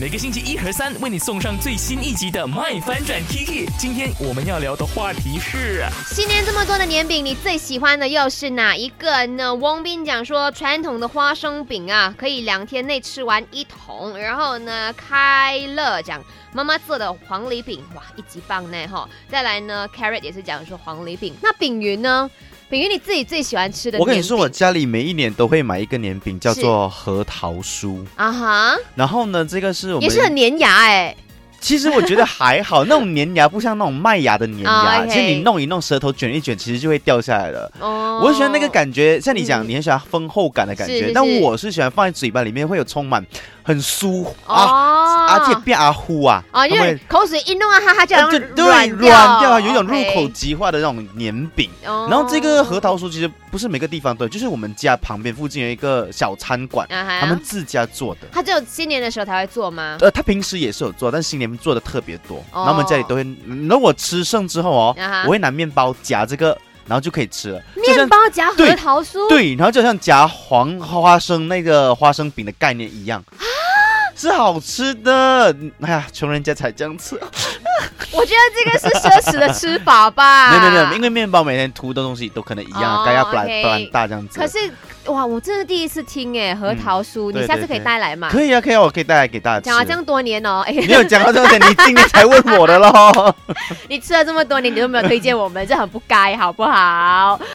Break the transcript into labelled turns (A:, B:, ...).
A: 每个星期一和三为你送上最新一集的《麦翻转 Kiki》。今天我们要聊的话题是，
B: 新年这么多的年饼，你最喜欢的又是哪一个呢？汪斌讲说，传统的花生饼啊，可以两天内吃完一桶。然后呢，开乐讲妈妈做的黄梨饼，哇，一级棒呢哈。再来呢，Carrot 也是讲说黄梨饼。那饼云呢？饼云你自己最喜欢吃的年饼？
C: 我跟你说，我家里每一年都会买一个年饼，叫做核桃酥。
B: 啊哈，
C: 然后呢，这个是我们
B: 也是很粘牙哎、
C: 其实我觉得还好，那种粘牙不像那种麦芽的粘牙
B: 哦，，OK
C: 其实你弄一弄，舌头卷一卷，其实就会掉下来了。
B: 哦，
C: 我喜欢那个感觉，像你讲，
B: 嗯
C: 你很喜欢丰厚感的感
B: 是
C: 觉
B: 是，
C: 但
B: 是
C: 我是喜欢放在嘴巴里面会有充满很酥
B: 哦，
C: 啊，而且变啊呼啊，
B: 哦，
C: 他
B: 因为
C: 们呃
B: 口水一弄啊，哈哈，就好像
C: 对
B: 软
C: 对软掉啊，有一种入
B: OK
C: 口即化的那种粘饼。
B: 哦
C: 然后这个核桃酥其实不是每个地方都有，就是我们家旁边附近有一个小餐馆，
B: 啊哈，
C: 他们自家做的。
B: 他只有新年的时候才会做吗？
C: 呃，他平时也是有做，但新年做的特别多。
B: 哦
C: 然后我们家里都会，嗯然后我吃剩之后哦
B: 啊哈，
C: 我会拿面包夹这个，然后就可以吃了。就
B: 面
C: 像
B: 包夹核桃酥，
C: 对，然后就像夹黄花生那个花生饼的概念一样，
B: 啊
C: 是好吃的。哎呀，穷人家才这样
B: 啊
C: 吃。
B: 我觉得这个是奢侈的吃法吧。
C: 没有没有没有，因为面包每天涂的东西都可能一样，
B: 哦
C: 该要不然
B: OK
C: 不然大这样子。
B: 可是哇，我真的第一次听哎，核桃酥，
C: 嗯对
B: 你下次可以
C: 对对
B: 带来嘛？
C: 可以啊，可以啊，我可以带来给大家吃。
B: 讲了这样多年哦，哎，
C: 没有讲到这个点，你今天才问我的咯。
B: 你吃了这么多年，你都没有推荐我们，这很不该，好不好？